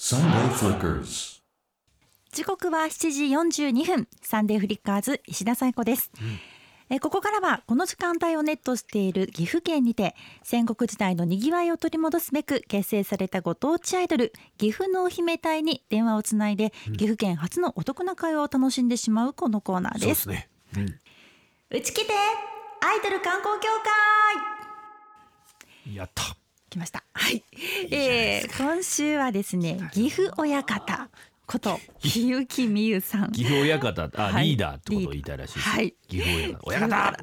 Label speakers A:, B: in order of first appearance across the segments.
A: Sunday Flickers.
B: 時刻は7時42分サンデーフリッカーズ石田紗友子です、えーここからはこの時間帯をネットしている岐阜県にて戦国時代のにぎわいを取り戻すべく結成されたご当地アイドル岐阜のお姫隊に電話をつないで、岐阜県初のお得な会話を楽しんでしまうこのコーナー
C: そう
B: で
C: ですすね。
B: うち来てアイドル観光協会
C: やった。
B: 来ましたはいえー今週はですね岐阜親方 こと木雪美優さん
C: 岐阜親方、あ、
B: はい
C: リーダーってことを言いたいらしいです。
B: はい
C: 岐阜親方。親方。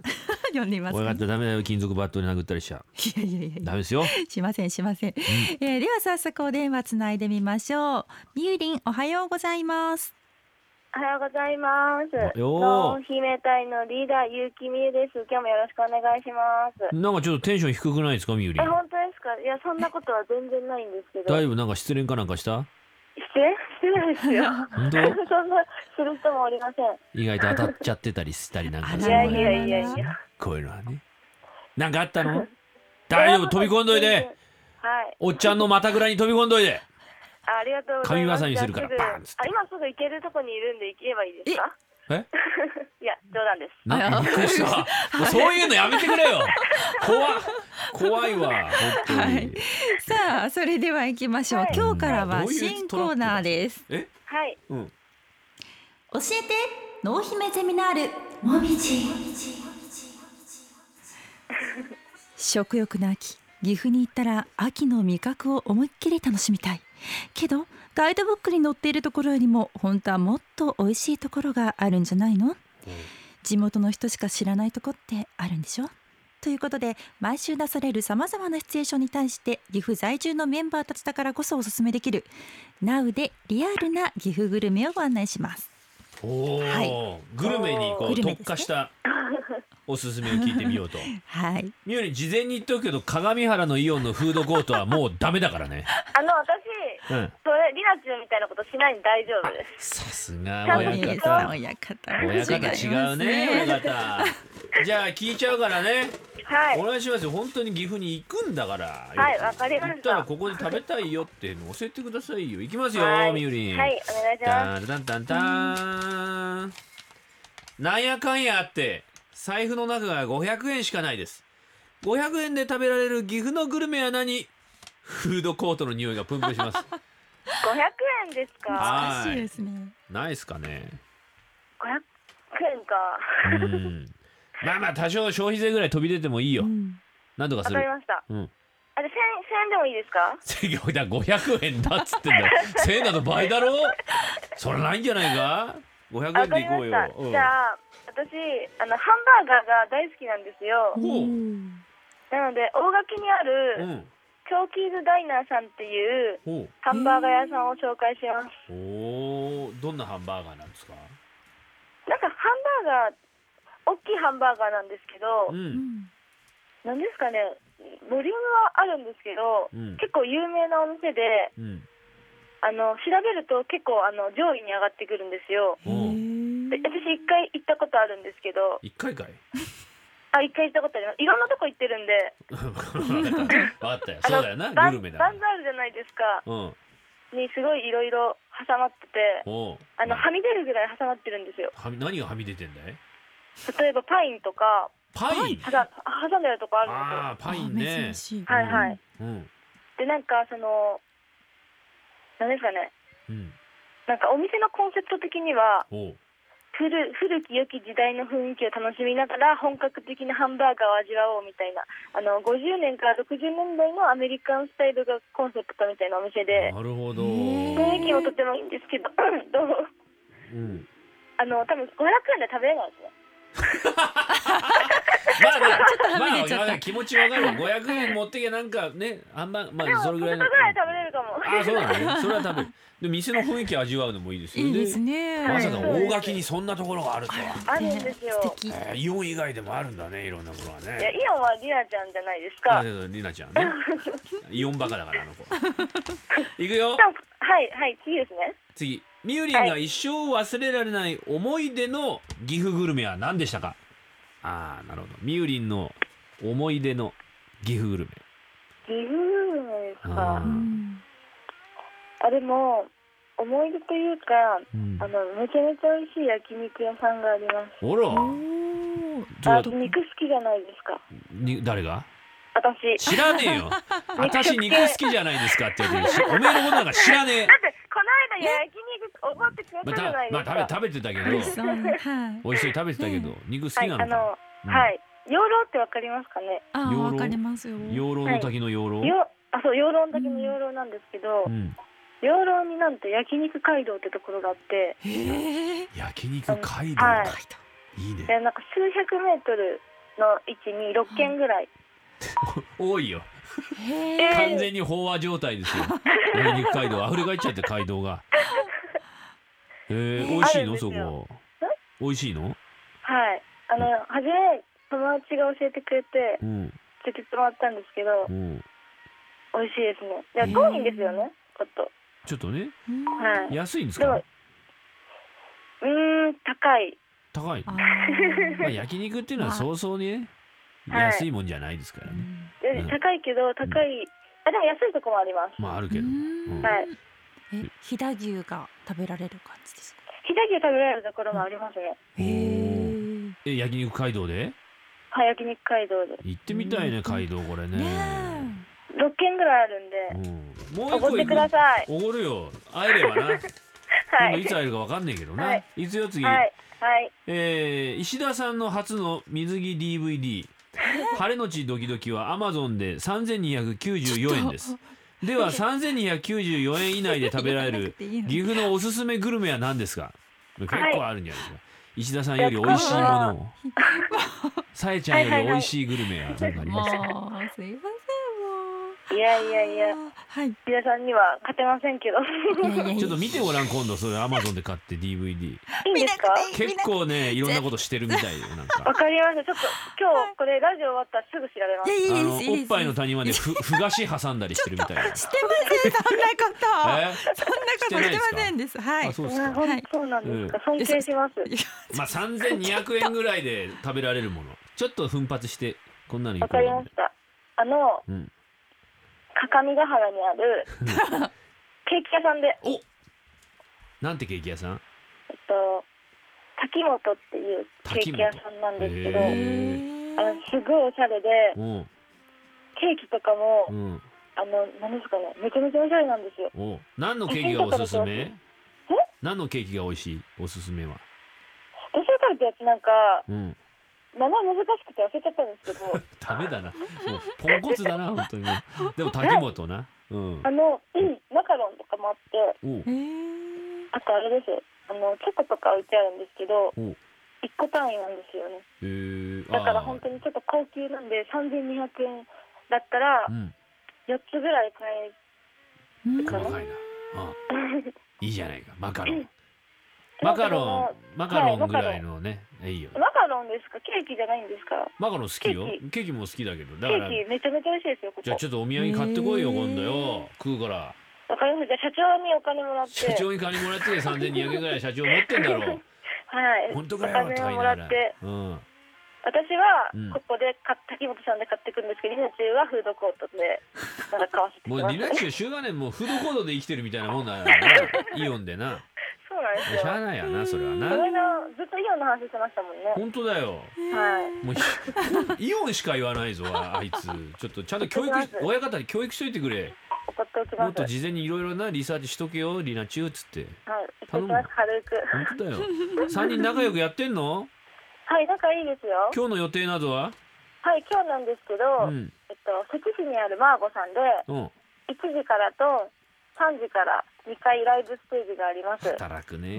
B: 呼んでいます
C: 親
B: か
C: 方ダメだよ。金属バットで殴ったりしちゃ。
B: いやいやいやいや
C: ダメですよ。
B: しませんしません、えーでは早速お電話つないでみましょうみゆりんおはようございます
D: おはようございます。
C: おはよう
D: ノン姫隊のリーダー、ゆうきみゆです。今日もよろしくお願いします。え、
C: なんかちょっとテンション低くないですか、みゆりん。
D: 本当ですかいや、そんなことは全然ないんですけど。
C: だいぶなんか失恋かなんかした。
D: 失礼してないですよ。
C: 本当。
D: そんな、する人もおりません。
C: 意外と当たっちゃってたりしたりなんかす
D: い
C: るの
D: や
C: が
D: い
C: ね。
D: やいやいや。
C: こういうのはね。なんかあったの。大丈夫、飛び込んどいで。。
D: はい。
C: おっちゃんの股ぐらいに飛び込んどいで。
D: あありがとうござい
C: 神
D: ます。
C: 業にするから
D: じゃあ
C: バンっつって
D: あ、今すぐ行けるとこにいるんで行けばいいですか
C: え。
D: いや、冗談です。
C: なびっくりした。もうそういうのやめてくれよ。怖い怖いわ。本当に。
B: はいさあそれでは行きましょう、
D: はい
B: 今日からは
C: どういう
B: 新コーナーです
C: え、
D: はい。
C: うん。
B: 教えて濃姫ゼミナールもみじ 食欲の秋岐阜に行ったら秋の味覚を思いっきり楽しみたいけどガイドブックに載っているところよりも本当はもっと美味しいところがあるんじゃないの地元の人しか知らないとこってあるんでしょということで毎週出されるさまざまなシチュエーションに対して岐阜在住のメンバーたちだからこそおすすめできる NOW でリアルな岐阜グルメをご案内します
C: おお、
B: は
C: グルメにこ
B: グ
C: う
B: ルメですね
C: 特化したおすすめを聞いてみ ようと。
B: はい
C: みより事前に言っとくけど鏡原のイオンのフードコートはもうダメだからね。
D: あの、私、
C: うん。
D: それ、リナチュウみたいなことしないんで大丈夫です。
C: さすが
D: 多分
C: 親
B: 親方
C: 方。
B: 親方
C: 親方違うね親方。じゃあ聞いちゃうからね。
D: はい
C: お。願いしますよ。本当に岐阜に行くんだから。
D: はいわかりました
C: 行ったらここで食べたいよっていうの教えてくださいよ。行きますよ
D: は、い
C: みゆりん。
D: はい、お願いします。
C: ダンダンダンダンなんやかんやあって財布の中が500円しかないです500円で食べられる岐阜のグルメは何フードコートの匂いがプンプンします
D: 500円ですか
C: は
B: 難しい
C: ー
B: で
C: い
B: すね
C: ないっすかね
D: 500円か
C: うんまあまあ多少消費税ぐらい飛び出てもいいよ、
B: うん
C: なんとか
D: わ
C: す
D: かり
C: る
D: ました
C: うん
D: あれ1000 1000円でもいいですか
C: だ500円だっつってんだ よ1000円など倍だろそれないんじゃないか500
D: わ
C: 円
D: か
C: で
D: り
C: い
D: ま
C: こう
D: し
C: よ
D: た、
C: うん
D: じゃあ私あのハンバーガーが大好きなんですよ
C: ほう
D: なので大垣にあ
C: う
D: る
C: ん
D: 京キーズダイナーさんってい
C: ほ
D: う
C: う
D: ハンバーガー屋さんを紹介します
C: おーどんなハンバーガーなんですか
D: なんかハンバーガー大きいハンバーガーなんですけど
C: う
B: うんん
D: なんですかねボリュームはあるんですけど、
C: うん
D: 結構有名なお店で
C: うん
D: あの調べると結構あの上位に上がってくるんですよ
C: おう
D: で私一回行ったことあるんですけど
C: 一回かい
D: あ一回行ったことありますいろんなとこ行ってるんで
C: 分かった分かったよ
D: あ
C: そ
D: の
C: うだよな
D: バ
C: グルメだ
D: バンザールじゃないですか
C: うん
D: にすごいいろいろ挟まってて
C: おう
D: あのはみ出るぐらい挟まってるんですよ
C: はみ何がはみ出てんだい
D: 例えばパインとか
C: パイン
D: 挟挟んであるとこあるん
C: ああパインね
B: 珍しい
D: ですよはいはい
C: うん
D: でなんかそのなんですかね
C: うん
D: なんかお店のコンセプト的には
C: おう
D: 古古き良き時代の雰囲気を楽しみながら本格的なハンバーガーを味わおうみたいなあの50年から60年代のアメリカンスタイルがコンセプトみたいなお店で
C: なるほど
B: へー
D: 雰囲気もとてもいいんですけど どう
C: うん
D: あの多分500円で食べれないですね
C: まあまあ
B: とはみ出ちゃった
C: まあまあ気持ちわかるわ500円持ってけなんかねあんまま
D: でも
C: あそれぐらい
D: ポテトぐらい食べれるかも
C: ああそうだねそれは食べるで店の雰囲気味わうのもいいですよ
B: いい
C: ね
B: ですね
C: まさか大垣にそんなところがあるとは
D: あるんですよ
B: 素敵
C: えーイオン以外でもあるんだねいろんなものが
D: いやイ
C: ね
D: オンはリナちゃんじゃないです
C: あ
D: か
C: りな ちゃんねイオンバカだからあの子いくよ
D: じゃあはいはい次ですね
C: 次みゆりんが一生忘れられない思い出の岐阜グルメは何でしたかああなるほどみゆりんの思い出の岐阜グルメ
D: 岐阜グルメです
C: あー
D: か
B: うん
D: あでも思い出というか
C: うん
D: あのめちゃめちゃ美味しい焼肉屋さんがあります
C: おらち
D: あ
C: ょっと
D: 肉好きじゃないですか
C: に誰が
D: 私
C: 知らねえ よ私肉好きじゃないですかって言ってるしおめえのことなんか知らねえ
D: だってこの間焼 肉おごってくれ
C: まあ
D: たじゃないで
C: た
D: すか、
C: まあ、食べ食べてたけど
B: 美味しそうねはい
C: 美味しそうに食べてたけど肉好き
D: はい
C: な
D: あ
C: のか
D: の、
C: うん
D: はい養老ってわかりますかね
B: あ
C: 養
B: ー
C: 老
B: わかりますよ
C: 養老の滝の養老、
D: よあそう養老の時の養老なんですけど、
C: うん、
D: 養老になんと焼肉街道ってところがあって
B: へえ
C: 焼肉街道、
D: はい
C: い、いね
D: でなんか数百メートルの位置に6軒ぐらい、
C: 多いよ
B: へ
D: えー
B: え
C: 完全に飽和状態です よ焼肉街道溢れ返っちゃって街道がえー、美味しいの
D: あるんです
C: そ
D: よ
C: こ美味しいの
D: はいあの初め友達が教えてくれて
C: うん
D: 連れてってもらったんですけど
C: うん
D: 美味しいですねで
B: へー
D: 遠いんですよねちょっと
C: ちょっとね
B: うん
D: はい
C: 安いんです
D: で
C: か
D: もうーん高い
C: 高いの
B: あ
C: まあ、
B: ー
C: 焼肉っていうのは
B: まあ
C: そうそうね、
D: はい
C: 安いもんじゃないですからね、
D: で
C: うん
D: 高いけど高いあでも安いとこもあります
C: まあある
B: う
C: けど、うん
B: ん
D: はい
B: え飛騨牛が食べられる感じですか
D: 飛騨牛食べられるところもありますね
B: へえ
C: え焼肉街道で
D: はい焼肉街道で
C: 行ってみたいね、
B: うん
C: 街道これね
B: ね
D: 6軒ぐらいあるん
C: う
D: で
C: ん、もう
D: お
C: 一個
D: ごって
C: 行
D: く
C: く
D: ださい
C: おごるよ会えればな、
D: は
C: 今度
D: い
C: いつ会えるかわかんないけどな、、
D: はい
C: つよ次、
D: はいはい
C: えー石田さんの初の水着 DVD「晴れのちドキドキ」は Amazon で3294円ですでは3294円以内で食べら れる岐阜のおすすめグルメは何ですか結構あるんじゃないですか、石田さんより美味しいものをさえちゃんより美味しいグルメは何かあり
B: も
C: ま
B: う
C: すか、
B: すいませ
D: いやいやいや
B: んもうはい
D: 皆さんには勝てませ んけど
B: いやいやいや
C: ちょっと見てごらん今度それ Amazon で買って DVD
D: いいんですか
C: 結構ねいろんなことしてるみたいよなんか
D: わかりましたちょっと今日これラジオ終わったらすぐ調べま
B: い
D: す
B: やい
C: あ
B: やい
C: の
B: やいいですいいです
C: おっぱいの谷までふふがし挟んだりしてるみたいな。
B: してませんそんなこと
C: え
B: そんなことしてませんです。は
C: あ
B: い。
C: そうです
D: うわ
C: か。
D: ほんそうなんですか尊敬します
C: まあ三千二百円ぐらいで食べられるもの。ちょっと奮発してこんなの行
D: わ
C: こ
D: か
C: う
D: りましたあの
C: うん。
D: 各務原にあ るケーキ屋さんで
C: お、なんてケーキ屋さん？
D: えっと滝本っていうケーキ屋さんなんですけど、
C: へ
B: へ
D: あの
B: ー
D: すごいおしゃれで
C: お、
D: ケーキとかも、
C: うん、
D: あの何ですかねめちゃめちゃおしゃれなんですよ
C: お、何のケーキがおすす
D: え
C: め？何のケーキが美味しい？おすすめは？
D: 私が食べたやつなんか
C: うん。
D: 名前難しくて忘れちゃったんですけど
C: ダメだな。もうポンコツだな本当に。でも滝本な。うん
D: あ。の、 うん、マカロンとかもあって
C: お、
B: へー
D: あとあれですあのチョコとか置いてあるんですけど
C: お、
D: 1個単位なんですよね
C: えー、
D: だから
C: あー
D: 本当にちょっと高級なんで3200円だったら
C: うん。
D: 4つぐらい買え
B: うん
C: 細かいな。あ、いいじゃないか。マカロン。マカロン、マカロンぐらいのね、い、いよ。
D: マカロンですかケーキじゃないんですか
C: マカロン好きよ
D: ケ。
C: ケーキも好きだけど、だ
D: ケ
C: から、
D: ーキめちゃめちゃ美味しいですよここ
C: じゃあちょっとお土産買ってこい
B: へ
C: よ、
B: ー
C: 今度よ。食うから。
D: わかりましたじゃあ社長にお金もらって
C: 社長に金もらってて3200円ぐらい社長持ってんだろう。
D: はい
C: 本当
D: お
C: かよ、
D: 金
C: タ
D: を
C: イ
D: も
C: な
D: ら
C: ら
D: って。
C: うん。
D: 私は
C: うん
D: ここで買っ滝本さんで買ってくるんですけど、今中はフードコート でまだ買わせて
C: も
D: も
C: う
D: らっ
C: リラ
D: て
C: ッシュ、週がね、もうフードコートで生きてるみたいなもんだからな。イオンでな。
D: そうなんです
C: しゃあ
D: よ
C: ないやな、それは
D: この
C: な。
D: 間ずっとイオンの話してましたもんね
C: 本当だよ。
D: はい
C: もうイイオンしか言わないぞ、あいつ。ちょっとちゃんと教育し、親方に教育しといてくれ。
D: 怒っておき
C: も
D: ま
C: っ
D: す
C: と事前にいろいろなリサーチしとけよ、リナチューっつって。
D: はい行ってきます軽く
C: 本当だよ。三人仲良くやってんの？
D: はい仲いいですよ
C: 今日の予定などは？
D: はい今日なんですけ
C: う
D: ど、
C: ん、
D: えっと関市にあるマーゴさんで
C: うん。
D: 1時からと3時から2回ライブステージがあります
C: 働く
B: え
C: ね
B: ー。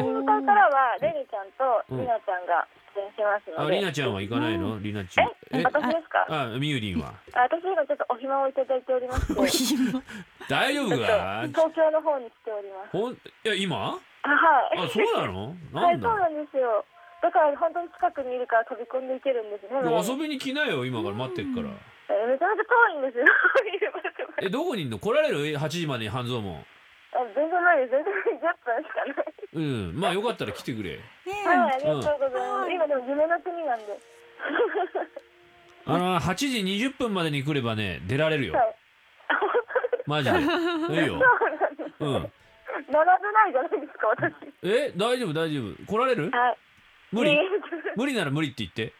D: 飲み会からはレニちゃんとリナちゃんが出演しますの
C: あ、
D: で、
C: リナちゃんは行かないの？リナちゃん。
D: え
C: え、
D: 私ですか
C: あ、ミユリンは。
D: あ私今ちょっとお暇をいただいておりまして
B: お昼
C: 大丈
D: ち
C: 夫
D: ょっと
C: か？
D: 東京の方に来ております。
C: ほん、いや今？
D: あはい。
C: あ、そうなの？
D: は、
C: ないん
D: そうな
C: だ。
D: んですよ。だから本当に近くにいるから飛び込んでいけるんですね。
C: で遊
D: び
C: びに来なよ、今から待ってるから。
D: めちゃめちゃ遠いんですよ。 いる場所が
C: え、どこにいんの？来られる？八時までに半蔵門。
D: あ全然ないです。全然ない。10分しかない。
C: うん、まあよかったら来てくれ。
D: はい、ありがとうございます。今でも夢の国なんで。
C: あの8時20分までに来ればね出られるよ
D: はい。
C: マジでいいよ
D: そうなんです。
C: ううん
D: 並べないじゃないですか、私。
C: え大丈夫大丈夫来られる
D: はい。
C: 無理
D: いい
C: 無理なら無理って言って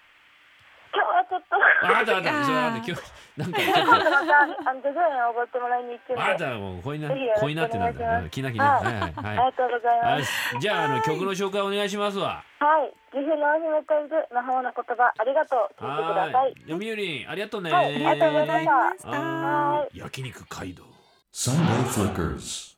D: 今日はちょっと、
C: あなたあなたそれあなた今日なんかちょっと
D: また、あの、デザインをおごってもらいに行って
C: あな
D: あ
C: たはもう恋な
D: ぜひよろしく
C: 恋なってなん
D: お願いし
C: だ
D: ます
C: 気な気なはいはい
D: り
C: はい
D: がとうござい
C: あ
D: ます。
C: じゃああの曲の紹介お願いしますわ
D: はい。岐阜のアニメタイル、魔法の言葉、ありがとう。聞いてくださ。
C: はいーいみゆりんありがとうね
D: はいありがとうございます
B: ありがとうございました
C: 焼肉街道
A: Sunday Flickers.